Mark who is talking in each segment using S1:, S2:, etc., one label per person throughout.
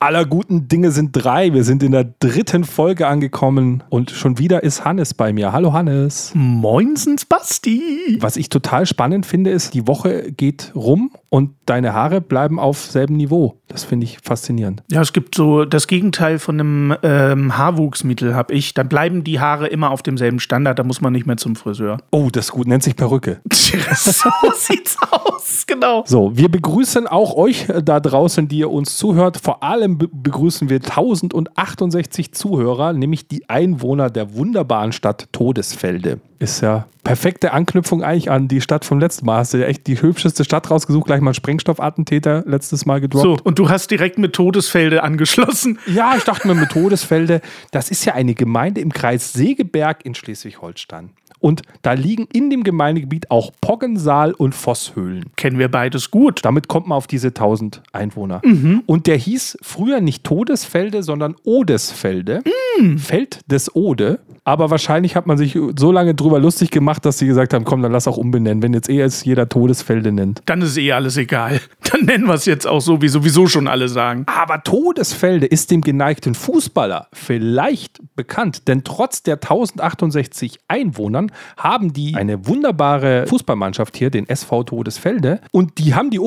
S1: Aller guten Dinge sind drei. Wir sind in der dritten Folge angekommen und schon wieder ist Hannes bei mir. Hallo Hannes.
S2: Moinsens Basti.
S1: Was ich total spannend finde, ist, die Woche geht rum und deine Haare bleiben auf selben Niveau. Das finde ich faszinierend.
S2: Ja, es gibt so das Gegenteil von einem ähm, Haarwuchsmittel, habe ich. Dann bleiben die Haare immer auf demselben Standard, da muss man nicht mehr zum Friseur.
S1: Oh, das ist gut, nennt sich Perücke.
S2: so sieht's aus, genau.
S1: So, wir begrüßen auch euch äh, da draußen, die ihr uns zuhört. Vor allem be begrüßen wir 1068 Zuhörer, nämlich die Einwohner der wunderbaren Stadt Todesfelde. Ist ja perfekte Anknüpfung eigentlich an die Stadt vom letzten Mal. Hast du ja echt die hübscheste Stadt rausgesucht, gleich mal einen Sprengstoffattentäter letztes Mal gedroppt.
S2: So, und du hast direkt mit Todesfelde angeschlossen.
S1: Ja, ich dachte mir mit Todesfelde, das ist ja eine Gemeinde im Kreis Segeberg in Schleswig-Holstein. Und da liegen in dem Gemeindegebiet auch Poggensaal und Vosshöhlen.
S2: Kennen wir beides gut.
S1: Damit kommt man auf diese 1000 Einwohner. Und der hieß früher nicht Todesfelde, sondern Odesfelde. Feld des Ode. Aber wahrscheinlich hat man sich so lange drüber lustig gemacht, dass sie gesagt haben, komm, dann lass auch umbenennen, wenn jetzt eh es jeder Todesfelde nennt.
S2: Dann ist eh alles egal. Dann nennen wir es jetzt auch so, wie sowieso schon alle sagen.
S1: Aber Todesfelde ist dem geneigten Fußballer vielleicht bekannt, denn trotz der 1068 Einwohnern haben die eine wunderbare Fußballmannschaft hier, den SV Todesfelde, und die haben die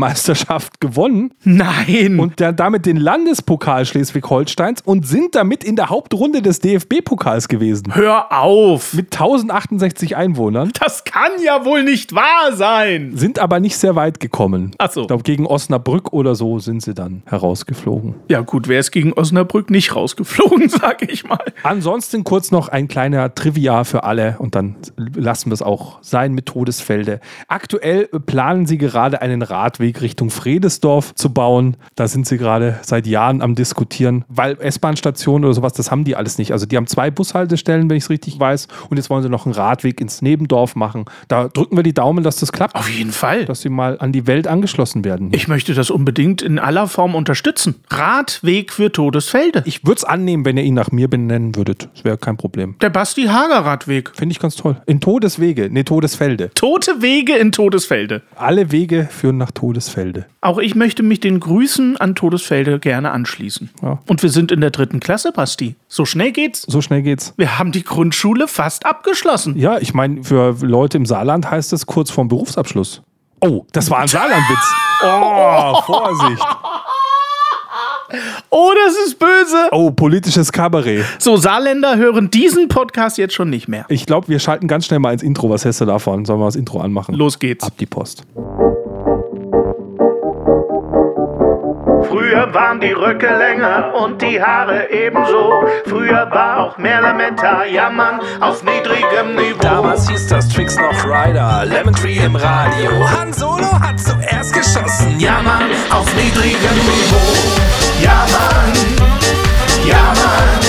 S1: Oberligameisterschaft gewonnen
S2: Nein. Und
S1: und dann damit den Landespokal Schleswig-Holsteins und sind damit in der Hauptrunde des DFB-Pokals gewesen.
S2: hör auf.
S1: Mit 1068 Einwohnern,
S2: Das kann ja wohl nicht wahr sein.
S1: sind aber nicht sehr weit gekommen.
S2: Ach so.
S1: Ich glaube, gegen Osnabrück oder so sind sie dann herausgeflogen.
S2: Ja, gut, wäre es gegen Osnabrück nicht rausgeflogen, sag ich mal.
S1: Ansonsten kurz noch ein kleiner Trivia für alle und dann lassen wir es auch sein mit Todesfelde. Aktuell planen sie gerade einen Radweg Richtung Fredesdorf zu bauen. Da sind sie gerade seit Jahren am Diskutieren, weil S-Bahn-Stationen oder sowas, das haben die alles nicht. Also die haben zwei Bushaltestellen, wenn ich es richtig weiß. Und jetzt wollen sie noch einen Radweg ins Nebendorf machen. Da drücken wir die Daumen, dass das klappt,
S2: Auf jeden Fall.
S1: dass sie mal an die Welt angeschlossen werden.
S2: Ich möchte das unbedingt in aller Form unterstützen. Radweg für Todesfelde.
S1: Ich würde es annehmen, wenn ihr ihn nach mir benennen würdet. Das wäre kein Problem.
S2: Der Basti Hager Radweg.
S1: Finde ich ganz toll. In Todeswege, nee, Todesfelde.
S2: Tote Wege in Todesfelde.
S1: Alle Wege führen nach Todesfelde.
S2: Auch ich möchte mich den Grüßen an Todesfelde gerne anschließen.
S1: Ja.
S2: Und wir sind in der dritten Klasse, Basti. So schnell geht's.
S1: So schnell geht's.
S2: Wir haben die Grundschule fast abgeschlossen.
S1: Ja, ich meine, für Leute im Saarland heißt das kurz vorm Berufsabschluss. Oh, das war ein Saarlandwitz. Oh, Vorsicht.
S2: Oh, das ist böse.
S1: Oh, politisches Kabarett.
S2: So, Saarländer hören diesen Podcast jetzt schon nicht mehr.
S1: Ich glaube, wir schalten ganz schnell mal ins Intro. Was hältst du davon? Sollen wir das Intro anmachen?
S2: Los geht's.
S1: Ab die Post.
S3: Früher waren die Röcke länger und die Haare ebenso. Früher war auch mehr Lamenta, jammern auf niedrigem Niveau.
S4: Damals hieß das Tricks noch Rider, Lemon Tree im Radio. Han Solo hat zuerst geschossen.
S3: Ja, Mann, auf niedrigem Niveau. Ja, Mann, ja, Mann,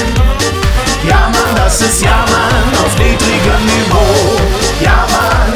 S3: ja, Mann, das ist Ja, Mann, auf niedrigem Niveau. Ja, Mann,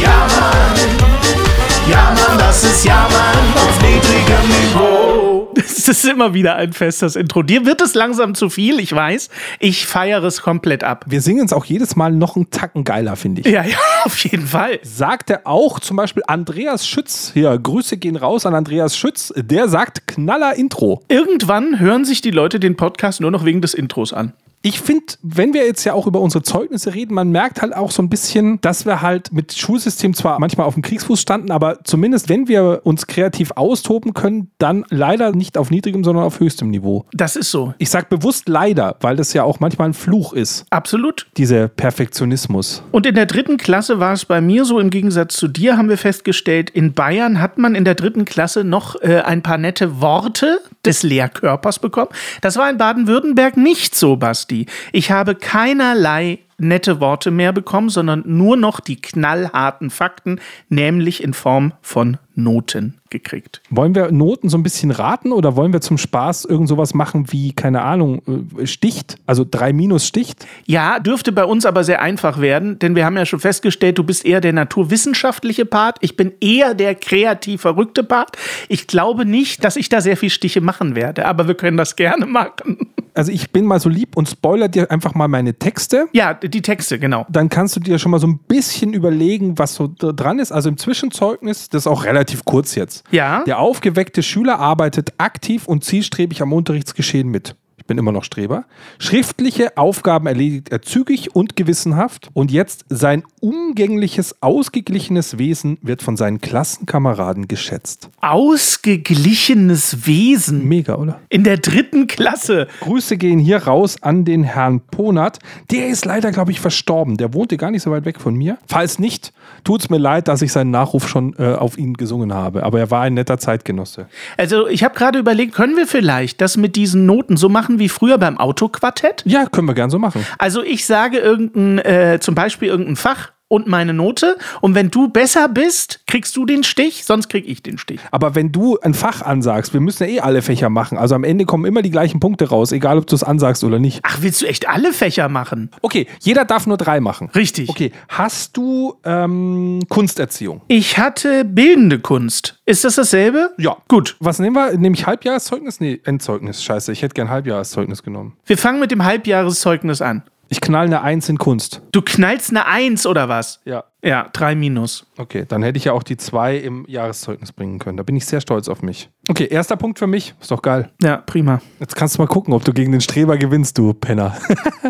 S3: ja, Mann, ja, Mann, das ist Ja, Mann, auf niedrigem Niveau.
S2: Es ist immer wieder ein Fest, das Intro. Dir wird es langsam zu viel, ich weiß. Ich feiere es komplett ab.
S1: Wir singen es auch jedes Mal noch einen Tacken geiler, finde ich.
S2: Ja, ja, auf jeden Fall.
S1: Sagte auch zum Beispiel Andreas Schütz hier. Grüße gehen raus an Andreas Schütz. Der sagt Knaller Intro.
S2: Irgendwann hören sich die Leute den Podcast nur noch wegen des Intros an.
S1: Ich finde, wenn wir jetzt ja auch über unsere Zeugnisse reden, man merkt halt auch so ein bisschen, dass wir halt mit Schulsystem zwar manchmal auf dem Kriegsfuß standen, aber zumindest wenn wir uns kreativ austoben können, dann leider nicht auf niedrigem, sondern auf höchstem Niveau.
S2: Das ist so.
S1: Ich sage bewusst leider, weil das ja auch manchmal ein Fluch ist,
S2: Absolut.
S1: dieser Perfektionismus.
S2: Und in der dritten Klasse war es bei mir so, im Gegensatz zu dir haben wir festgestellt, in Bayern hat man in der dritten Klasse noch äh, ein paar nette Worte des Lehrkörpers bekommen. Das war in Baden-Württemberg nicht so, Basti. Ich habe keinerlei nette Worte mehr bekommen, sondern nur noch die knallharten Fakten, nämlich in Form von Noten gekriegt.
S1: Wollen wir Noten so ein bisschen raten oder wollen wir zum Spaß irgend sowas machen wie, keine Ahnung, äh, Sticht? Also 3 minus Sticht?
S2: Ja, dürfte bei uns aber sehr einfach werden, denn wir haben ja schon festgestellt, du bist eher der naturwissenschaftliche Part, ich bin eher der kreativ verrückte Part. Ich glaube nicht, dass ich da sehr viel Stiche machen werde, aber wir können das gerne machen.
S1: Also ich bin mal so lieb und spoiler dir einfach mal meine Texte.
S2: Ja, die Texte, genau.
S1: Dann kannst du dir schon mal so ein bisschen überlegen, was so d- dran ist. Also im Zwischenzeugnis, das ist auch relativ kurz jetzt.
S2: Ja.
S1: Der aufgeweckte Schüler arbeitet aktiv und zielstrebig am Unterrichtsgeschehen mit. Ich bin immer noch Streber. Schriftliche Aufgaben erledigt er zügig und gewissenhaft. Und jetzt sein umgängliches, ausgeglichenes Wesen wird von seinen Klassenkameraden geschätzt.
S2: Ausgeglichenes Wesen
S1: Mega, oder?
S2: in der dritten Klasse.
S1: Grüße gehen hier raus an den Herrn Ponat. Der ist leider, glaube ich, verstorben. Der wohnte gar nicht so weit weg von mir. Falls nicht, tut's mir leid, dass ich seinen Nachruf schon äh, auf ihn gesungen habe. Aber er war ein netter Zeitgenosse.
S2: Also ich habe gerade überlegt, können wir vielleicht das mit diesen Noten so machen wie früher beim Autoquartett?
S1: Ja, können wir gern so machen.
S2: Also ich sage irgendein, äh, zum Beispiel irgendein Fach und meine Note. Und wenn du besser bist, kriegst du den Stich, sonst krieg ich den Stich.
S1: Aber wenn du ein Fach ansagst, wir müssen ja eh alle Fächer machen. Also am Ende kommen immer die gleichen Punkte raus, egal ob du es ansagst oder nicht.
S2: Ach, willst du echt alle Fächer machen?
S1: Okay, jeder darf nur drei machen.
S2: Richtig.
S1: Okay, hast du ähm, Kunsterziehung?
S2: Ich hatte bildende Kunst. Ist das dasselbe?
S1: Ja.
S2: Gut.
S1: Was nehmen wir? Nehme ich Halbjahreszeugnis? Nee, Endzeugnis. Scheiße, ich hätte gern Halbjahreszeugnis genommen.
S2: Wir fangen mit dem Halbjahreszeugnis an.
S1: Ich knall eine Eins in Kunst.
S2: Du knallst eine Eins oder was?
S1: Ja.
S2: Ja, drei Minus.
S1: Okay, dann hätte ich ja auch die zwei im Jahreszeugnis bringen können. Da bin ich sehr stolz auf mich. Okay, erster Punkt für mich. Ist doch geil.
S2: Ja, prima.
S1: Jetzt kannst du mal gucken, ob du gegen den Streber gewinnst, du Penner.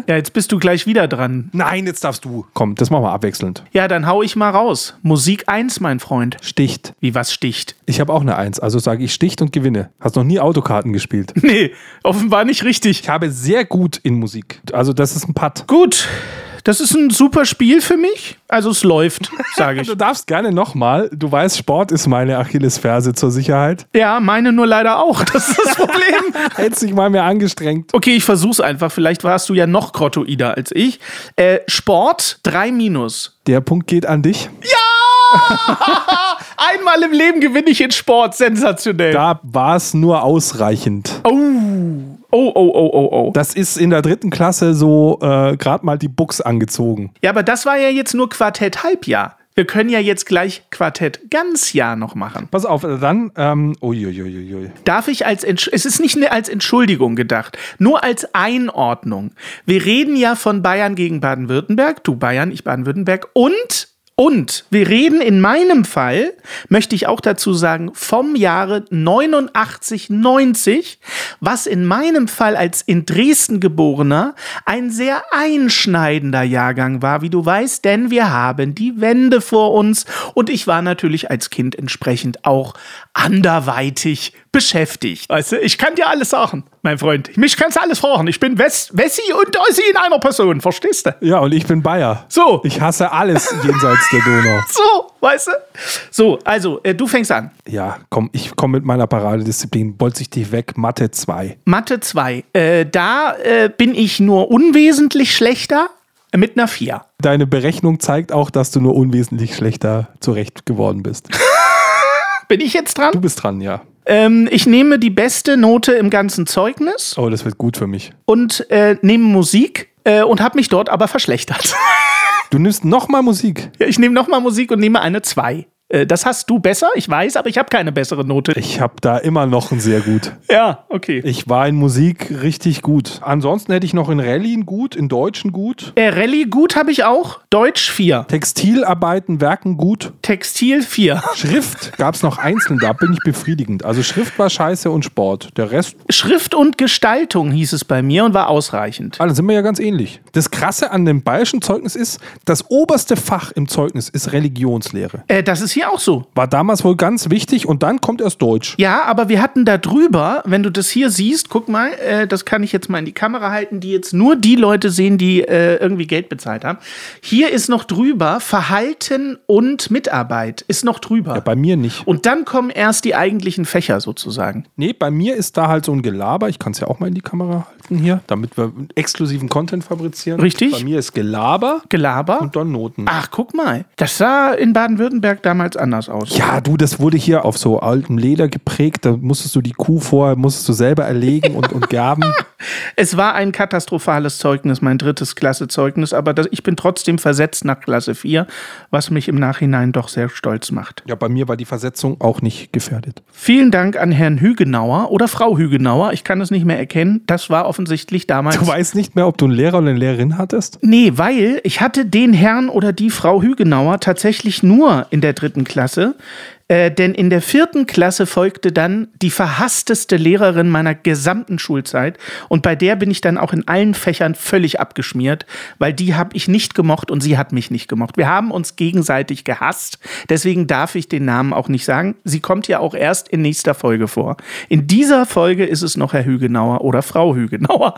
S2: Ja, jetzt bist du gleich wieder dran.
S1: Nein, jetzt darfst du. Komm, das machen wir abwechselnd.
S2: Ja, dann hau ich mal raus. Musik 1, mein Freund.
S1: Sticht.
S2: Wie was sticht?
S1: Ich habe auch eine Eins, also sage ich Sticht und gewinne. Hast noch nie Autokarten gespielt.
S2: Nee, offenbar nicht richtig.
S1: Ich habe sehr gut in Musik. Also das ist ein Putt.
S2: Gut, das ist ein super Spiel für mich. Also es läuft, sage ich.
S1: Du darfst gerne nochmal. Du weißt, Sport ist meine Achillesferse zur Sicherheit.
S2: Ja, meine nur leider auch. Das ist das Problem.
S1: Hättest dich mal mehr angestrengt.
S2: Okay, ich versuch's einfach. Vielleicht warst du ja noch grottoider als ich. Äh, Sport 3 minus.
S1: Der Punkt geht an dich.
S2: Einmal im Leben gewinne ich in Sport. Sensationell.
S1: Da war es nur ausreichend.
S2: Oh, oh, oh, oh, oh.
S1: Das ist in der dritten Klasse so äh, gerade mal die Buchs angezogen.
S2: Ja, aber das war ja jetzt nur Quartett Halbjahr. Wir können ja jetzt gleich Quartett Ganzjahr noch machen.
S1: Pass auf, äh, dann. Ähm, uiuiuiui.
S2: Darf ich als Entsch es ist nicht ne-, als Entschuldigung gedacht, nur als Einordnung. Wir reden ja von Bayern gegen Baden-Württemberg, du Bayern, ich Baden-Württemberg und und wir reden in meinem Fall, möchte ich auch dazu sagen, vom Jahre 89, 90, was in meinem Fall als in Dresden geborener ein sehr einschneidender Jahrgang war, wie du weißt, denn wir haben die Wende vor uns und ich war natürlich als Kind entsprechend auch anderweitig beschäftigt. Weißt du, ich kann dir alles sagen, mein Freund. Mich kannst du alles fragen. Ich bin West Wessi und Ossi in einer Person, verstehst du?
S1: Ja, und ich bin Bayer.
S2: So.
S1: Ich hasse alles jenseits der Donau.
S2: So, weißt du? So, also, äh, du fängst an.
S1: Ja, komm, ich komme mit meiner Paradedisziplin. Bolz ich dich weg, Mathe 2.
S2: Mathe 2. Äh, da äh, bin ich nur unwesentlich schlechter äh, mit einer 4.
S1: Deine Berechnung zeigt auch, dass du nur unwesentlich schlechter zurecht geworden bist.
S2: Bin ich jetzt
S1: Du
S2: dran?
S1: bist dran, ja.
S2: Ähm, ich nehme die beste Note im ganzen Zeugnis
S1: Oh, das wird gut für mich.
S2: und äh, nehme Musik äh, und habe mich dort aber verschlechtert.
S1: Du nimmst nochmal Musik.
S2: Ja, ich nehme nochmal Musik und nehme eine 2. Äh, das hast du besser, ich weiß, aber ich habe keine bessere Note.
S1: Ich habe da immer noch ein sehr gut.
S2: Ja, okay.
S1: Ich war in Musik richtig gut. Ansonsten hätte ich noch in Rallyen gut, in Deutschen gut,
S2: Äh, Rallye gut habe ich auch. Deutsch 4.
S1: Textilarbeiten, Werken gut,
S2: Textil 4.
S1: Schrift gab es noch einzeln, da bin ich befriedigend. Also Schrift war scheiße und Sport. Der Rest,
S2: Schrift und Gestaltung hieß es bei mir und war ausreichend.
S1: ah, dann sind wir ja ganz ähnlich. Das Krasse an dem bayerischen Zeugnis ist, das oberste Fach im Zeugnis ist Religionslehre.
S2: Äh, das ist hier auch so.
S1: War damals wohl ganz wichtig und dann kommt erst Deutsch.
S2: Ja, aber wir hatten da drüber, wenn du das hier siehst, guck mal, äh, das kann ich jetzt mal in die Kamera halten, die jetzt nur die Leute sehen, die äh, irgendwie Geld bezahlt haben. Hier ist noch drüber Verhalten und Mitarbeit ist noch drüber.
S1: Bei mir nicht.
S2: und dann kommen erst die eigentlichen Fächer sozusagen.
S1: Nee, bei mir ist da halt so ein Gelaber. Ich kann es ja auch mal in die Kamera halten hier, damit wir exklusiven Content fabrizieren.
S2: Richtig.
S1: Bei mir ist Gelaber
S2: Gelaber.
S1: und dann Noten.
S2: Ach, guck mal. Das sah in Baden-Württemberg damals anders aus.
S1: Ja, du, das wurde hier auf so altem Leder geprägt. Da musstest du die Kuh vorher, musstest du selber erlegen und, und gerben.
S2: Es war ein katastrophales Zeugnis, mein drittes Klassezeugnis, aber das, ich bin trotzdem versetzt nach Klasse 4, was mich im Nachhinein doch sehr stolz macht.
S1: Ja, bei mir war die Versetzung auch nicht gefährdet.
S2: Vielen Dank an Herrn Hügenauer oder Frau Hügenauer, ich kann es nicht mehr erkennen. Das war offensichtlich damals.
S1: Du weißt nicht mehr, ob du einen Lehrer oder eine Lehrerin hattest?
S2: Nee, weil ich hatte den Herrn oder die Frau Hügenauer tatsächlich nur in der dritten Klasse. Äh, denn in der vierten Klasse folgte dann die verhassteste Lehrerin meiner gesamten Schulzeit. Und bei der bin ich dann auch in allen Fächern völlig abgeschmiert, weil die habe ich nicht gemocht und sie hat mich nicht gemocht. Wir haben uns gegenseitig gehasst. Deswegen darf ich den Namen auch nicht sagen. Sie kommt ja auch erst in nächster Folge vor. In dieser Folge ist es noch Herr Hügenauer oder Frau Hügenauer.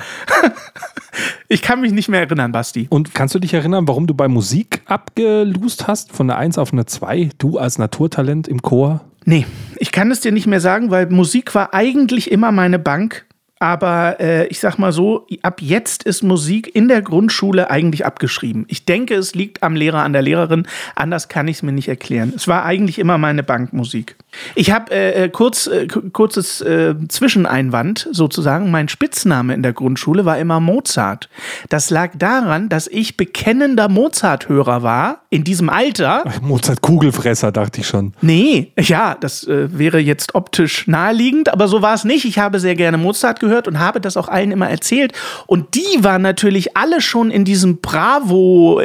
S2: ich kann mich nicht mehr erinnern, Basti.
S1: Und kannst du dich erinnern, warum du bei Musik abgelust hast? Von einer 1 auf eine 2? Du als Naturtalent im Chor?
S2: Nee, ich kann es dir nicht mehr sagen, weil Musik war eigentlich immer meine Bank. Aber äh, ich sag mal so, ab jetzt ist Musik in der Grundschule eigentlich abgeschrieben. Ich denke, es liegt am Lehrer, an der Lehrerin. Anders kann ich es mir nicht erklären. Es war eigentlich immer meine Bankmusik. Ich habe äh, äh, kurz, äh, k- kurzes äh, Zwischeneinwand sozusagen. Mein Spitzname in der Grundschule war immer Mozart. Das lag daran, dass ich bekennender Mozart-Hörer war in diesem Alter.
S1: Mozart Kugelfresser, dachte ich schon.
S2: Nee, ja, das äh, wäre jetzt optisch naheliegend, aber so war es nicht. Ich habe sehr gerne Mozart gehört und habe das auch allen immer erzählt. Und die waren natürlich alle schon in diesem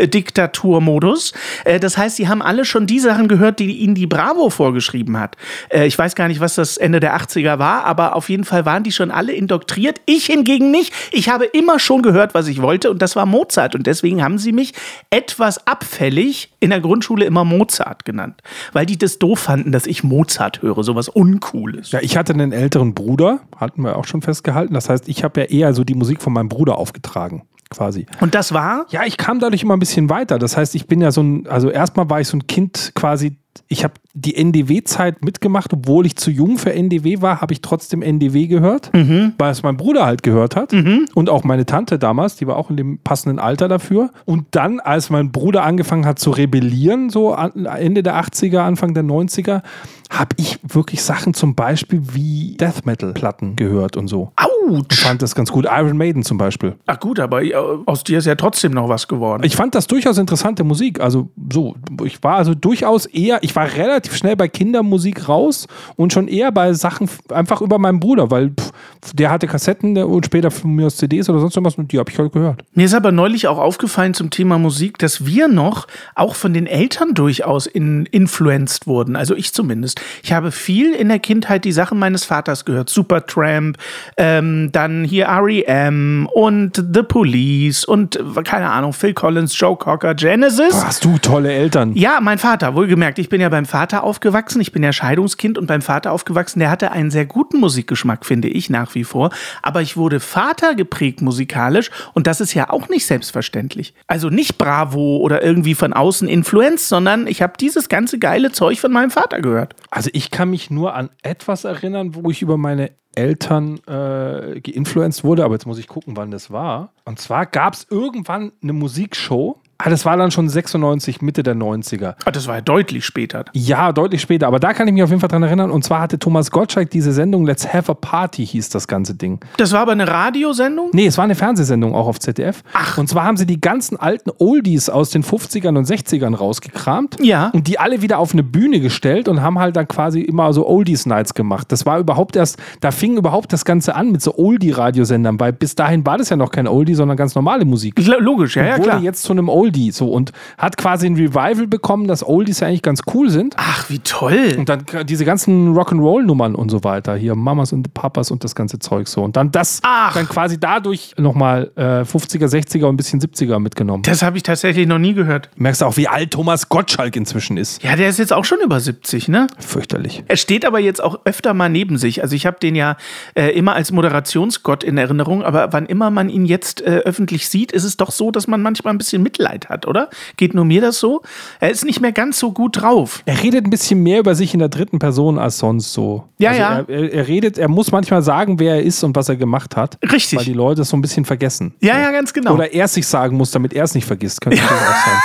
S2: Bravo-Diktatur-Modus. Äh, das heißt, sie haben alle schon die Sachen gehört, die ihnen die Bravo vorgeschrieben hat. Äh, ich weiß gar nicht, was das Ende der 80er war, aber auf jeden Fall waren die schon alle indoktriert. Ich hingegen nicht. Ich habe immer schon gehört, was ich wollte und das war Mozart. Und deswegen haben sie mich etwas abfällig in der Grundschule immer Mozart genannt, weil die das doof fanden, dass ich Mozart höre, sowas Uncooles.
S1: Ja, ich hatte einen älteren Bruder, hatten wir auch schon festgehalten. Das heißt, ich habe ja eher so die Musik von meinem Bruder aufgetragen, quasi.
S2: Und das war?
S1: Ja, ich kam dadurch immer ein bisschen weiter. Das heißt, ich bin ja so ein, also erstmal war ich so ein Kind quasi, ich habe die NDW-Zeit mitgemacht, obwohl ich zu jung für NDW war, habe ich trotzdem NDW gehört, weil es mein Bruder halt gehört hat und auch meine Tante damals, die war auch in dem passenden Alter dafür. Und dann, als mein Bruder angefangen hat zu rebellieren, so an- Ende der 80er, Anfang der 90er, habe ich wirklich Sachen zum Beispiel wie Death Metal-Platten gehört und so.
S2: Autsch!
S1: Fand das ganz gut. Iron Maiden zum Beispiel.
S2: Ach gut, aber äh, aus dir ist ja trotzdem noch was geworden.
S1: Ich fand das durchaus interessante Musik. Also so, ich war also durchaus eher, ich war relativ schnell bei Kindermusik raus und schon eher bei Sachen f- einfach über meinen Bruder, weil pff, der hatte Kassetten der- und später von mir aus CDs oder sonst irgendwas und die habe ich halt gehört.
S2: Mir ist aber neulich auch aufgefallen zum Thema Musik, dass wir noch auch von den Eltern durchaus in, influenced wurden. Also ich zumindest. Ich habe viel in der Kindheit die Sachen meines Vaters gehört. Supertramp, ähm, dann hier R.E.M. und The Police und äh, keine Ahnung, Phil Collins, Joe Cocker, Genesis.
S1: Hast du tolle Eltern.
S2: Ja, mein Vater, wohlgemerkt. Ich bin ja beim Vater aufgewachsen. Ich bin ja Scheidungskind und beim Vater aufgewachsen. Der hatte einen sehr guten Musikgeschmack, finde ich nach wie vor. Aber ich wurde Vater geprägt musikalisch und das ist ja auch nicht selbstverständlich. Also nicht Bravo oder irgendwie von außen Influenz, sondern ich habe dieses ganze geile Zeug von meinem Vater gehört.
S1: Also ich kann mich nur an etwas erinnern, wo ich über meine Eltern äh, geinfluenced wurde, aber jetzt muss ich gucken, wann das war. Und zwar gab es irgendwann eine Musikshow. Ah, das war dann schon 96, Mitte der 90er.
S2: Ah, Das war ja deutlich später.
S1: Ja, deutlich später, aber da kann ich mich auf jeden Fall dran erinnern. Und zwar hatte Thomas Gottschalk diese Sendung Let's Have a Party, hieß das ganze Ding.
S2: Das war aber eine Radiosendung?
S1: Nee, es war eine Fernsehsendung auch auf ZDF. Ach. Und zwar haben sie die ganzen alten Oldies aus den 50ern und 60ern rausgekramt.
S2: Ja.
S1: Und die alle wieder auf eine Bühne gestellt und haben halt dann quasi immer so Oldies-Nights gemacht. Das war überhaupt erst, da fing überhaupt das Ganze an mit so Oldie-Radiosendern, weil bis dahin war das ja noch kein Oldie, sondern ganz normale Musik.
S2: Lo- Logisch, ja, ja,
S1: wurde
S2: klar.
S1: jetzt zu einem Oldie. So, und hat quasi ein Revival bekommen, dass Oldies ja eigentlich ganz cool sind.
S2: Ach, wie toll.
S1: Und dann k- diese ganzen Rock'n'Roll-Nummern und so weiter. Hier Mamas und Papas und das ganze Zeug so. Und dann das,
S2: Ach.
S1: dann quasi dadurch nochmal äh, 50er, 60er und ein bisschen 70er mitgenommen.
S2: Das habe ich tatsächlich noch nie gehört.
S1: Merkst du auch, wie alt Thomas Gottschalk inzwischen ist.
S2: Ja, der ist jetzt auch schon über 70, ne?
S1: Fürchterlich.
S2: Er steht aber jetzt auch öfter mal neben sich. Also ich habe den ja äh, immer als Moderationsgott in Erinnerung, aber wann immer man ihn jetzt äh, öffentlich sieht, ist es doch so, dass man manchmal ein bisschen Mitleid hat, oder? Geht nur mir das so? Er ist nicht mehr ganz so gut drauf.
S1: Er redet ein bisschen mehr über sich in der dritten Person als sonst so.
S2: Ja,
S1: also
S2: ja.
S1: Er, er, er redet, er muss manchmal sagen, wer er ist und was er gemacht hat.
S2: Richtig.
S1: Weil die Leute es so ein bisschen vergessen.
S2: Ja, ja, ganz genau.
S1: Oder er es sich sagen muss, damit er es nicht vergisst. Könnte natürlich auch sein.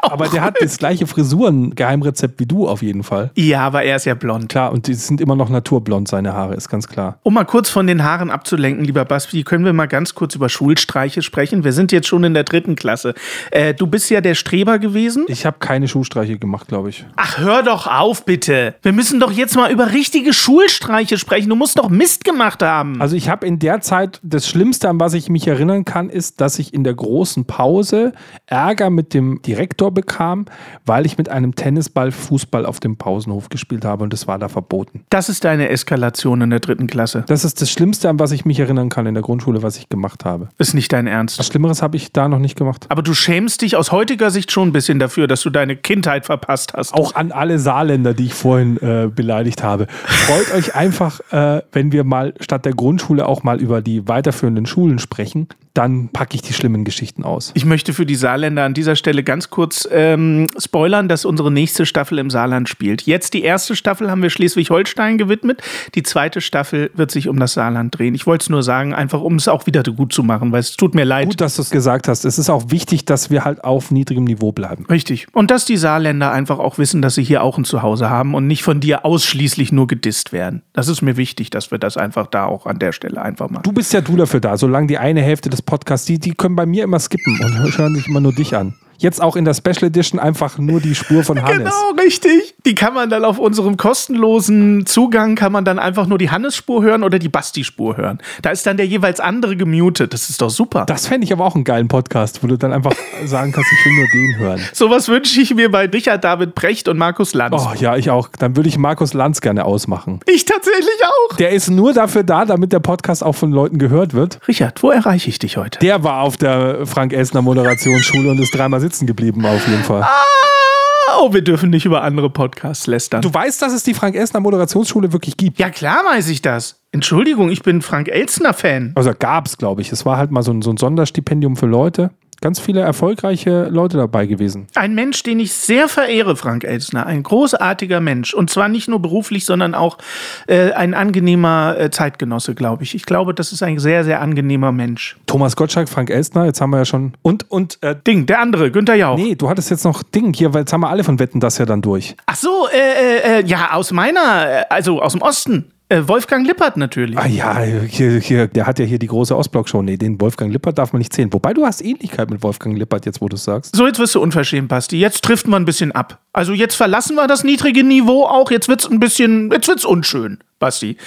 S1: Aber der hat das gleiche Frisuren-Geheimrezept wie du auf jeden Fall.
S2: ja, aber er ist ja blond.
S1: Klar, und die sind immer noch naturblond, seine Haare, ist ganz klar.
S2: Um mal kurz von den Haaren abzulenken, lieber Basti, können wir mal ganz kurz über Schulstreiche sprechen? Wir sind jetzt schon in der dritten Klasse. Äh, du bist ja der Streber gewesen.
S1: Ich habe keine Schuhstreiche gemacht, glaube ich.
S2: Ach, hör doch auf, bitte. Wir müssen doch jetzt mal über richtige Schulstreiche sprechen. Du musst doch Mist gemacht haben.
S1: Also ich habe in der Zeit, das Schlimmste, an was ich mich erinnern kann, ist, dass ich in der großen Pause Ärger mit dem Direktor bekam, weil ich mit einem Tennisball Fußball auf dem Pausenhof gespielt habe und das war da verboten.
S2: Das ist deine Eskalation in der dritten Klasse.
S1: Das ist das Schlimmste, an was ich mich erinnern kann in der Grundschule, was ich gemacht habe.
S2: Ist nicht dein Ernst.
S1: Schlimmeres habe ich da noch nicht gemacht.
S2: Aber du schämst dich aus heutiger Sicht schon ein bisschen dafür, dass du deine Kindheit verpasst hast.
S1: Auch an alle Saarländer, die ich vorhin äh, beleidigt habe. Freut euch einfach, äh, wenn wir mal statt der Grundschule auch mal über die weiterführenden Schulen sprechen. Dann packe ich die schlimmen Geschichten aus.
S2: Ich möchte für die Saarländer an dieser Stelle ganz kurz ähm, spoilern, dass unsere nächste Staffel im Saarland spielt. Jetzt die erste Staffel haben wir Schleswig-Holstein gewidmet. Die zweite Staffel wird sich um das Saarland drehen. Ich wollte es nur sagen, einfach um es auch wieder gut zu machen, weil es tut mir leid.
S1: Gut, dass du es gesagt hast. Es ist auch wichtig, dass wir halt auf niedrigem Niveau bleiben.
S2: Richtig. Und dass die Saarländer einfach auch wissen, dass sie hier auch ein Zuhause haben und nicht von dir ausschließlich nur gedisst werden. Das ist mir wichtig, dass wir das einfach da auch an der Stelle einfach machen.
S1: Du bist ja du dafür da, solange die eine Hälfte des Podcasts, die, die können bei mir immer skippen und hö- hören sich immer nur dich an. Jetzt auch in der Special Edition einfach nur die Spur von Hannes.
S2: Genau, richtig. Die kann man dann auf unserem kostenlosen Zugang, kann man dann einfach nur die Hannes-Spur hören oder die Basti-Spur hören. Da ist dann der jeweils andere gemutet. Das ist doch super.
S1: Das fände ich aber auch einen geilen Podcast, wo du dann einfach sagen kannst, ich will nur den hören.
S2: Sowas wünsche ich mir bei Richard David Precht und Markus Lanz.
S1: Oh ja, ich auch. Dann würde ich Markus Lanz gerne ausmachen.
S2: Ich tatsächlich auch.
S1: Der ist nur dafür da, damit der Podcast auch von Leuten gehört wird.
S2: Richard, wo erreiche ich dich heute?
S1: Der war auf der Frank Elsner Moderationsschule und ist dreimal sitzen geblieben auf jeden Fall.
S2: Ah, oh, wir dürfen nicht über andere Podcasts lästern.
S1: Du weißt, dass es die Frank Elsner Moderationsschule wirklich gibt.
S2: Ja, klar weiß ich das. Entschuldigung, ich bin Frank Elzner-Fan.
S1: Also gab es, glaube ich. Es war halt mal so ein, so ein Sonderstipendium für Leute. Ganz viele erfolgreiche Leute dabei gewesen.
S2: Ein Mensch, den ich sehr verehre, Frank Elzner. Ein großartiger Mensch. Und zwar nicht nur beruflich, sondern auch äh, ein angenehmer äh, Zeitgenosse, glaube ich. Ich glaube, das ist ein sehr, sehr angenehmer Mensch.
S1: Thomas Gottschalk, Frank Elstner, jetzt haben wir ja schon. Und, und, äh,
S2: Ding, der andere, Günther Jauch.
S1: nee, du hattest jetzt noch Ding hier, weil jetzt haben wir alle von Wetten das ja dann durch.
S2: Ach so, äh, äh, äh, ja, aus meiner, äh, also aus dem Osten. Äh, Wolfgang Lippert natürlich.
S1: Ah ja, hier, hier, der hat ja hier die große Ostblock-Show. Nee, den Wolfgang Lippert darf man nicht sehen. Wobei du hast Ähnlichkeit mit Wolfgang Lippert, jetzt wo du es sagst.
S2: So, jetzt wirst du unverschämt, Basti. Jetzt trifft man ein bisschen ab. Also jetzt verlassen wir das niedrige Niveau auch. Jetzt wird's ein bisschen, jetzt wird's unschön, Basti.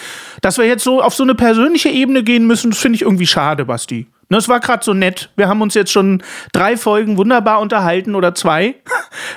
S2: Dass wir jetzt so auf so eine persönliche Ebene gehen müssen, das finde ich irgendwie schade, Basti. Ne, Es war gerade so nett. Wir haben uns jetzt schon drei Folgen wunderbar unterhalten oder zwei.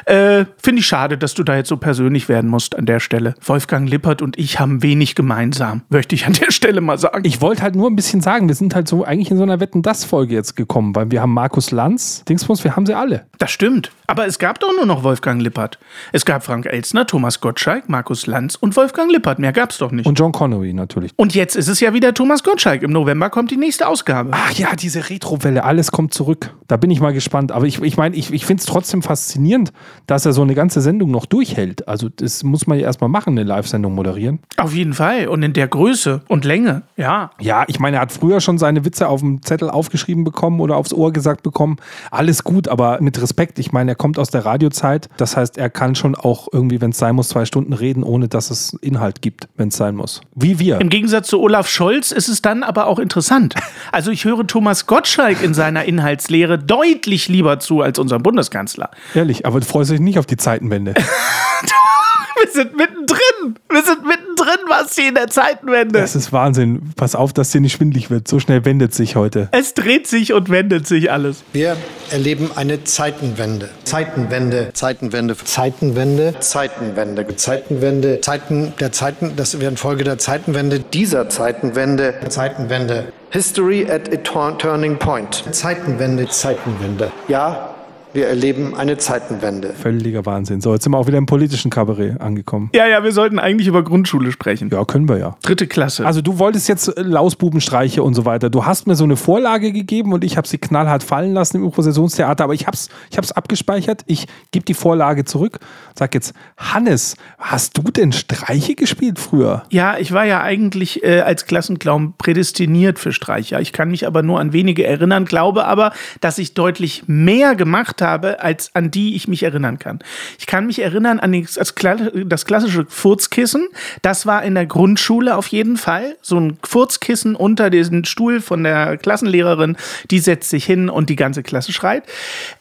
S2: Äh, Finde ich schade, dass du da jetzt so persönlich werden musst an der Stelle. Wolfgang Lippert und ich haben wenig gemeinsam, möchte ich an der Stelle mal sagen.
S1: Ich wollte halt nur ein bisschen sagen, wir sind halt so eigentlich in so einer Wetten das Folge jetzt gekommen, weil wir haben Markus Lanz, Dingsbums, wir haben sie alle.
S2: Das stimmt. Aber es gab doch nur noch Wolfgang Lippert. Es gab Frank Elzner, Thomas Gottschalk, Markus Lanz und Wolfgang Lippert. Mehr gab's doch nicht. Und,
S1: Und John Connery natürlich.
S2: jetzt ist es ja wieder Thomas Gottschalk. Im November kommt die nächste Ausgabe.
S1: Ach ja, diese Retrowelle, alles kommt zurück. Da bin ich mal gespannt. Aber ich meine, ich, mein, ich, ich finde es trotzdem faszinierend, dass er so eine ganze Sendung noch durchhält. Also das muss man ja erstmal machen, eine Live-Sendung moderieren.
S2: Auf jeden Fall. Und in der Größe und Länge. Ja.
S1: Ja, ich meine, er hat früher schon seine Witze auf dem Zettel aufgeschrieben bekommen oder aufs Ohr gesagt bekommen. Alles gut, aber mit Respekt. Ich meine, er kommt aus der Radiozeit. Das heißt, er kann schon auch irgendwie, wenn es sein muss, zwei Stunden reden, ohne dass es Inhalt gibt, wenn es sein muss. Wie wir.
S2: Im Gegensatz zu Olaf Scholz ist es dann aber auch interessant. Also ich höre Thomas Gottschalk in seiner Inhaltslehre deutlich lieber zu als unserem Bundeskanzler.
S1: Ehrlich, aber du freust dich nicht auf die Zeitenwende.
S2: Wir sind mittendrin. Wir sind mittendrin, Basti, in der Zeitenwende.
S1: Das ist Wahnsinn. Pass auf, dass dir nicht schwindlig wird. So schnell wendet sich heute.
S2: es dreht sich und wendet sich alles.
S5: Wir erleben eine Zeitenwende. Zeitenwende. Zeitenwende. Zeitenwende. Zeitenwende. Zeitenwende. Zeiten der Zeiten, das wären Folge der Zeitenwende. Dieser Zeitenwende. Zeitenwende. History at a turn- turning point. Zeitenwende. Zeitenwende. Ja, wir erleben eine Zeitenwende.
S1: Völliger Wahnsinn. So, jetzt sind wir auch wieder im politischen Kabarett angekommen.
S2: Ja, ja, wir sollten eigentlich über Grundschule sprechen.
S1: Ja, können wir ja.
S2: Dritte Klasse.
S1: Also du wolltest jetzt äh, Lausbubenstreiche und so weiter. Du hast mir so eine Vorlage gegeben und ich habe sie knallhart fallen lassen im Improvisationstheater, aber ich habe es ich hab's abgespeichert. Ich gebe die Vorlage zurück. Sag jetzt, Hannes, hast du denn Streiche gespielt früher?
S2: Ja, ich war ja eigentlich äh, als Klassenclown prädestiniert für Streicher. Ich kann mich aber nur an wenige erinnern, glaube aber, dass ich deutlich mehr gemacht habe, als an die ich mich erinnern kann. Ich kann mich erinnern an die, als Kla das klassische Furzkissen. Das war in der Grundschule auf jeden Fall. So ein Furzkissen unter den Stuhl von der Klassenlehrerin. Die setzt sich hin und die ganze Klasse schreit.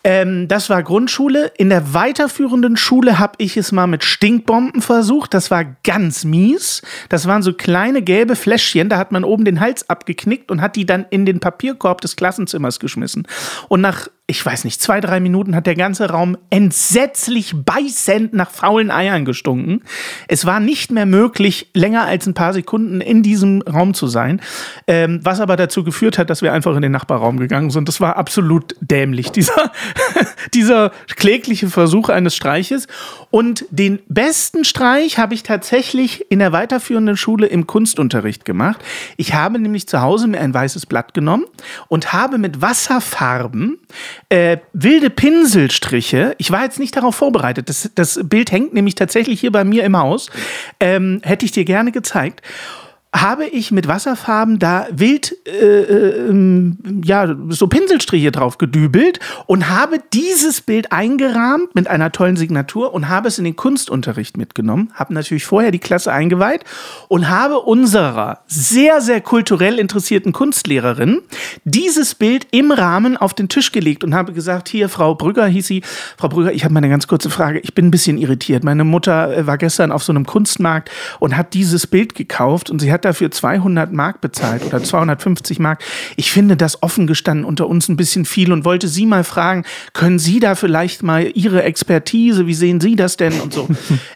S2: Ähm, das war Grundschule. In der weiterführenden Schule habe ich es mal mit Stinkbomben versucht. Das war ganz mies. Das waren so kleine gelbe Fläschchen. Da hat man oben den Hals abgeknickt und hat die dann in den Papierkorb des Klassenzimmers geschmissen. Und nach, ich weiß nicht, zwei, drei Minuten hat der ganze Raum entsetzlich beißend nach faulen Eiern gestunken. Es war nicht mehr möglich, länger als ein paar Sekunden in diesem Raum zu sein. Ähm, was aber dazu geführt hat, dass wir einfach in den Nachbarraum gegangen sind. Das war absolut dämlich, dieser, dieser klägliche Versuch eines Streiches. Und den besten Streich habe ich tatsächlich in der weiterführenden Schule im Kunstunterricht gemacht. Ich habe nämlich zu Hause mir ein weißes Blatt genommen und habe mit Wasserfarben äh, wilde Pinselstriche, ich war jetzt nicht darauf vorbereitet, das, das Bild hängt nämlich tatsächlich hier bei mir im Haus, ähm, hätte ich dir gerne gezeigt habe ich mit Wasserfarben da wild äh, äh, ähm, ja so Pinselstriche drauf gedübelt und habe dieses Bild eingerahmt mit einer tollen Signatur und habe es in den Kunstunterricht mitgenommen, habe natürlich vorher die Klasse eingeweiht und habe unserer sehr sehr kulturell interessierten Kunstlehrerin dieses Bild im Rahmen auf den Tisch gelegt und habe gesagt, hier Frau Brügger hieß sie, Frau Brügger, ich habe mal eine ganz kurze Frage, ich bin ein bisschen irritiert. Meine Mutter äh, war gestern auf so einem Kunstmarkt und hat dieses Bild gekauft und sie hat dafür 200 Mark bezahlt oder 250 Mark. Ich finde das offen gestanden unter uns ein bisschen viel und wollte Sie mal fragen, können Sie da vielleicht mal Ihre Expertise, wie sehen Sie das denn und so.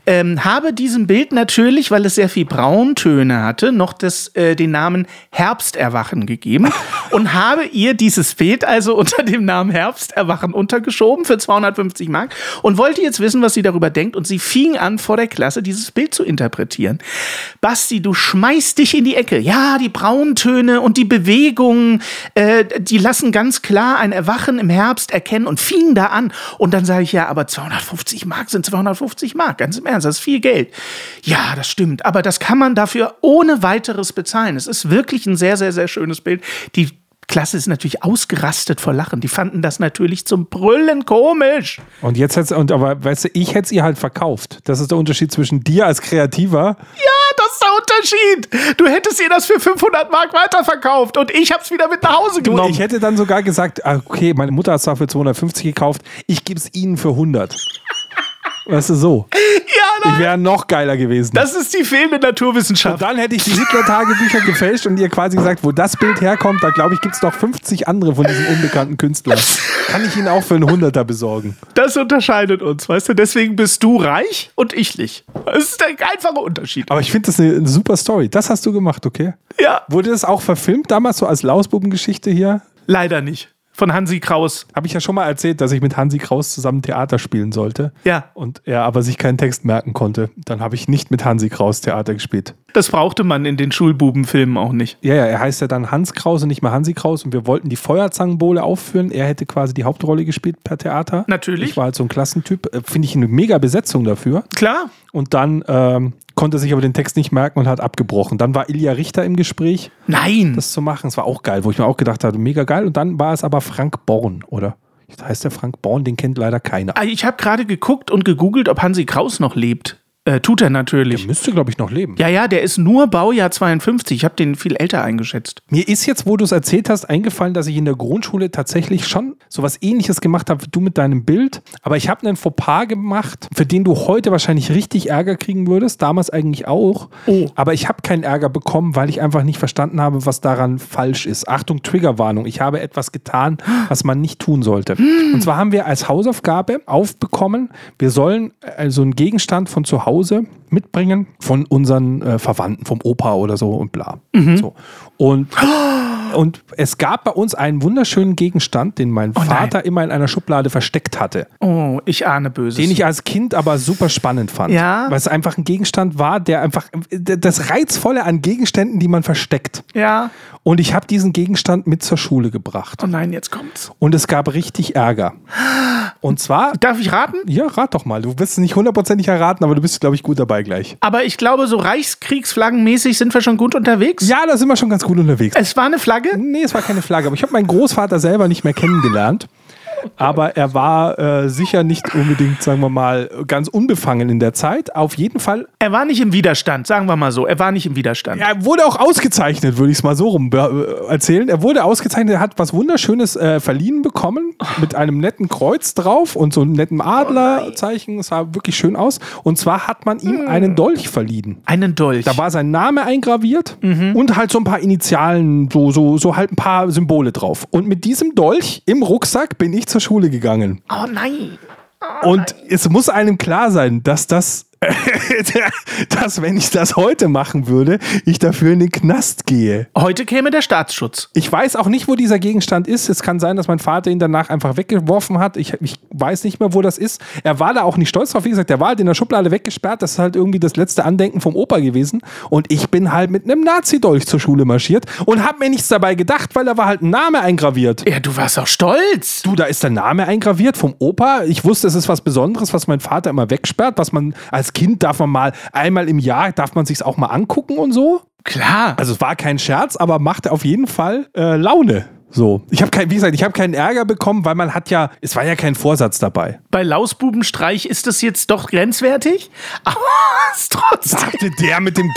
S2: ähm, habe diesem Bild natürlich, weil es sehr viel Brauntöne hatte, noch das, äh, den Namen Herbsterwachen gegeben und habe ihr dieses Bild also unter dem Namen Herbsterwachen untergeschoben für 250 Mark und wollte jetzt wissen, was sie darüber denkt und sie fing an, vor der Klasse dieses Bild zu interpretieren. Basti, du schmeißt dich in die Ecke. Ja, die Brauntöne und die Bewegungen, äh, die lassen ganz klar ein Erwachen im Herbst erkennen und fing da an. Und dann sage ich, ja, aber 250 Mark sind 250 Mark, ganz im Ernst, das ist viel Geld. Ja, das stimmt, aber das kann man dafür ohne weiteres bezahlen. Es ist wirklich ein sehr, sehr, sehr schönes Bild. Die Klasse ist natürlich ausgerastet vor Lachen. Die fanden das natürlich zum Brüllen komisch.
S1: Und jetzt hat's, und aber weißt du, ich hätte es ihr halt verkauft. Das ist der Unterschied zwischen dir als Kreativer.
S2: Ja, das ist der Unterschied. Du hättest ihr das für 500 Mark weiterverkauft und ich hab's wieder mit nach Hause
S1: Du,
S2: genommen.
S1: ich hätte dann sogar gesagt, ah, okay, meine Mutter hat es dafür 250 gekauft, ich gebe es ihnen für 100. Weißt du, so.
S2: ja,
S1: Ich
S2: nein,
S1: wäre noch geiler gewesen.
S2: das ist die fehlende
S1: Und
S2: Naturwissenschaft.
S1: dann hätte ich die Hitler-Tagebücher gefälscht und ihr quasi gesagt, wo das Bild herkommt, da glaube ich, gibt es noch 50 andere von diesem unbekannten Künstler. Kann ich ihn auch für einen Hunderter besorgen?
S2: Das unterscheidet uns, weißt du? Deswegen bist du reich und ich nicht. Das ist der einfache Unterschied.
S1: Aber ich finde das eine, eine super Story. Das hast du gemacht, okay?
S2: Ja,
S1: Wurde das auch verfilmt damals so als Lausbubengeschichte hier?
S2: leider nicht. Von Hansi Kraus.
S1: Habe ich ja schon mal erzählt, dass ich mit Hansi Kraus zusammen Theater spielen sollte.
S2: Ja.
S1: Und er aber sich keinen Text merken konnte. Dann habe ich nicht mit Hansi Kraus Theater gespielt.
S2: Das brauchte man in den Schulbubenfilmen auch nicht.
S1: Ja, ja, er heißt ja dann Hans Kraus und nicht mehr Hansi Kraus. Und wir wollten die Feuerzangenbowle aufführen. Er hätte quasi die Hauptrolle gespielt per Theater.
S2: Natürlich.
S1: Ich war halt so ein Klassentyp. Äh, Finde ich eine mega Besetzung dafür.
S2: Klar,
S1: Und dann ähm, konnte er sich aber den Text nicht merken und hat abgebrochen. Dann war Ilja Richter im Gespräch,
S2: nein.
S1: das zu machen. Es war auch geil, wo ich mir auch gedacht habe, mega geil. Und dann war es aber Frank Born, oder? Heißt der Frank Born? Den kennt leider keiner.
S2: Ah, Ich habe gerade geguckt und gegoogelt, ob Hansi Kraus noch lebt. Äh, tut er natürlich.
S1: Müsste, glaube ich, noch leben.
S2: Ja, ja, der ist nur Baujahr 52. Ich habe den viel älter eingeschätzt.
S1: Mir ist jetzt, wo du es erzählt hast, eingefallen, dass ich in der Grundschule tatsächlich schon sowas ähnliches gemacht habe wie du mit deinem Bild. Aber ich habe einen Fauxpas gemacht, für den du heute wahrscheinlich richtig Ärger kriegen würdest. Damals eigentlich auch. Aber ich habe keinen Ärger bekommen, weil ich einfach nicht verstanden habe, was daran falsch ist. Achtung, Triggerwarnung. Ich habe etwas getan, was man nicht tun sollte. Und zwar haben wir als Hausaufgabe aufbekommen, wir sollen also einen Gegenstand von zu Hause mitbringen von unseren äh, Verwandten, vom Opa oder so und bla. So. Und, und es gab bei uns einen wunderschönen Gegenstand, den mein Vater immer in einer Schublade versteckt hatte,
S2: Oh, ich ahne Böses.
S1: den ich als Kind aber super spannend fand.
S2: Ja.
S1: Weil es einfach ein Gegenstand war, der einfach das Reizvolle an Gegenständen, die man versteckt.
S2: ja.
S1: Und ich habe diesen Gegenstand mit zur Schule gebracht.
S2: Oh nein, jetzt kommt's.
S1: Und es gab richtig Ärger. Und zwar.
S2: Darf ich raten?
S1: Ja, rat doch mal. Du wirst es nicht hundertprozentig erraten, aber du bist, glaube ich, gut dabei gleich.
S2: Aber ich glaube, so Reichskriegsflaggenmäßig sind wir schon gut unterwegs.
S1: Ja, da sind wir schon ganz gut unterwegs.
S2: Es war eine Flagge.
S1: Nee, es war keine Flagge, aber ich habe meinen Großvater selber nicht mehr kennengelernt. Aber er war äh, sicher nicht unbedingt, sagen wir mal, ganz unbefangen in der Zeit. Auf jeden Fall.
S2: Er war nicht im Widerstand, sagen wir mal so. Er war nicht im Widerstand.
S1: Er wurde auch ausgezeichnet, würde ich es mal so rum äh, erzählen. Er wurde ausgezeichnet, er hat was Wunderschönes äh, verliehen bekommen, mit einem netten Kreuz drauf und so einem netten Adlerzeichen. Es sah wirklich schön aus. Und zwar hat man ihm einen Dolch verliehen.
S2: Einen Dolch.
S1: Da war sein Name eingraviert und halt so ein paar Initialen, so, so, so halt ein paar Symbole drauf. Und mit diesem Dolch im Rucksack bin ich zur Schule gegangen.
S2: oh nein.
S1: und es muss einem klar sein, dass das, dass wenn ich das heute machen würde, ich dafür in den Knast gehe.
S2: Heute käme der Staatsschutz.
S1: Ich weiß auch nicht, wo dieser Gegenstand ist. Es kann sein, dass mein Vater ihn danach einfach weggeworfen hat. Ich, ich weiß nicht mehr, wo das ist. Er war da auch nicht stolz drauf. Wie gesagt, der war halt in der Schublade weggesperrt. Das ist halt irgendwie das letzte Andenken vom Opa gewesen. Und ich bin halt mit einem Nazi-Dolch zur Schule marschiert und hab mir nichts dabei gedacht, weil da war halt ein Name eingraviert.
S2: Ja, du warst auch stolz.
S1: Du, da ist der Name eingraviert vom Opa. Ich wusste, es ist was Besonderes, was mein Vater immer wegsperrt, was man als Kind darf man mal einmal im Jahr, darf man sich's auch mal angucken und so.
S2: Klar.
S1: Also es war kein Scherz, aber machte auf jeden Fall äh, Laune. So, ich habe kein, wie gesagt, ich habe keinen Ärger bekommen, weil man hat ja, es war ja kein Vorsatz dabei.
S2: Bei Lausbubenstreich ist das jetzt doch grenzwertig. Aber es ist trotzdem.
S1: Sagte der mit dem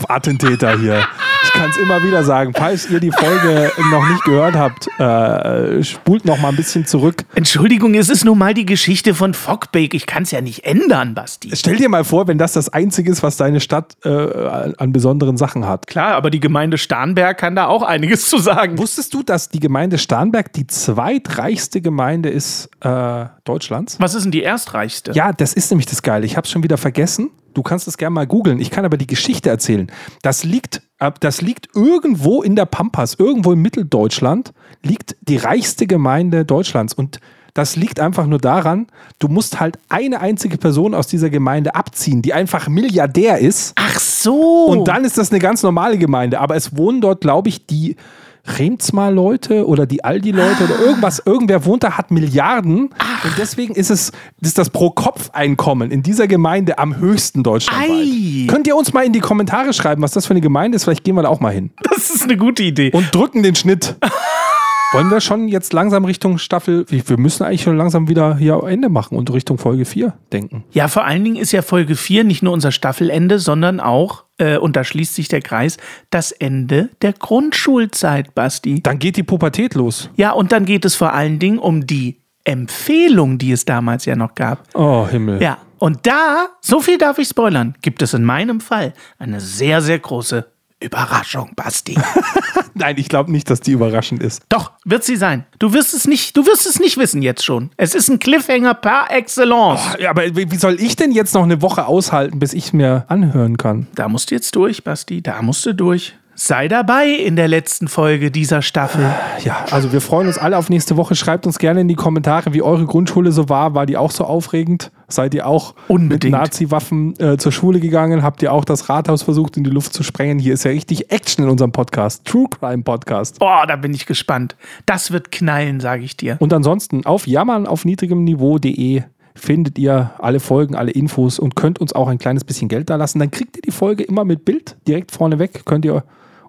S1: Sprengstoffattentäter hier. Ich kann es immer wieder sagen. Falls ihr die Folge noch nicht gehört habt, äh, spult noch mal ein bisschen zurück.
S2: Entschuldigung, es ist nun mal die Geschichte von Fockbake. Ich kann es ja nicht ändern, Basti.
S1: Stell dir mal vor, wenn das das Einzige ist, was deine Stadt äh, an an besonderen Sachen hat.
S2: Klar, aber die Gemeinde Starnberg kann da auch einiges zu sagen.
S1: Wusstest du, dass die Gemeinde Starnberg die zweitreichste Gemeinde ist äh, Deutschlands?
S2: Was ist denn die erstreichste?
S1: Ja, das ist nämlich das Geile. Ich habe es schon wieder vergessen. Du kannst es gerne mal googeln. Ich kann aber die Geschichte erzählen. Das liegt, äh, das liegt irgendwo in der Pampas, irgendwo in Mitteldeutschland, liegt die reichste Gemeinde Deutschlands. Und das liegt einfach nur daran, du musst halt eine einzige Person aus dieser Gemeinde abziehen, die einfach Milliardär ist.
S2: Ach so.
S1: Und dann ist das eine ganz normale Gemeinde. Aber es wohnen dort, glaube ich, die Remsmar-Leute oder die Aldi-Leute oder irgendwas. Irgendwer wohnt da, hat Milliarden. Und deswegen ist es ist das Pro-Kopf-Einkommen in dieser Gemeinde am höchsten
S2: Ei.
S1: deutschlandweit. Könnt ihr uns mal in die Kommentare schreiben, was das für eine Gemeinde ist? Vielleicht gehen wir da auch mal hin.
S2: das ist eine gute Idee.
S1: Und drücken den Schnitt. Wollen wir schon jetzt langsam Richtung Staffel, wir wir müssen eigentlich schon langsam wieder hier Ende machen und Richtung Folge 4 denken.
S2: Ja, vor allen Dingen ist ja Folge 4 nicht nur unser Staffelende, sondern auch, äh, und da schließt sich der Kreis, das Ende der Grundschulzeit, Basti.
S1: Dann geht die Pubertät los.
S2: Ja, und dann geht es vor allen Dingen um die Empfehlung, die es damals ja noch gab.
S1: Oh, Himmel.
S2: Ja, und da, so viel darf ich spoilern, gibt es in meinem Fall eine sehr, sehr große Überraschung, Basti.
S1: Nein, ich glaube nicht, dass die überraschend ist.
S2: Doch, wird sie sein. Du wirst es nicht, du wirst es nicht wissen jetzt schon. Es ist ein Cliffhanger par excellence.
S1: Ja, aber wie wie soll ich denn jetzt noch eine Woche aushalten, bis ich es mir anhören kann?
S2: Da musst du jetzt durch, Basti. Da musst du durch. Sei dabei in der letzten Folge dieser Staffel.
S1: Ja, also wir freuen uns alle auf nächste Woche. Schreibt uns gerne in die Kommentare, wie eure Grundschule so war. War die auch so aufregend? Seid ihr auch
S2: Unbedingt.
S1: mit Nazi-Waffen äh, zur Schule gegangen? Habt ihr auch das Rathaus versucht, in die Luft zu sprengen? Hier ist ja richtig Action in unserem Podcast. True Crime Podcast.
S2: Boah, da bin ich gespannt. Das wird knallen, sage ich dir.
S1: Und ansonsten auf jammern auf niedrigem Niveau.de findet ihr alle Folgen, alle Infos und könnt uns auch ein kleines bisschen Geld da lassen. Dann kriegt ihr die Folge immer mit Bild direkt vorne weg. Könnt ihr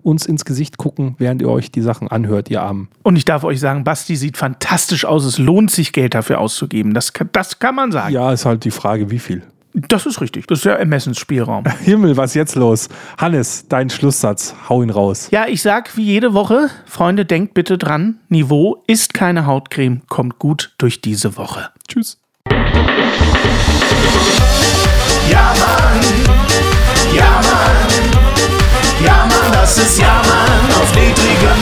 S1: uns ins Gesicht gucken, während ihr euch die Sachen anhört, ihr Armen.
S2: Und ich darf euch sagen, Basti sieht fantastisch aus. Es lohnt sich, Geld dafür auszugeben. Das, kann- das kann man sagen.
S1: Ja, ist halt die Frage, wie viel.
S2: Das ist richtig. Das ist ja Ermessensspielraum.
S1: Himmel, was ist jetzt los? Hannes, dein Schlusssatz, hau ihn raus.
S2: Ja, ich sag wie jede Woche, Freunde, denkt bitte dran, Niveau ist keine Hautcreme, kommt gut durch diese Woche.
S1: Tschüss.
S3: Ja Mann, ja Mann, ja Mann, das ist ja Mann auf niedrigem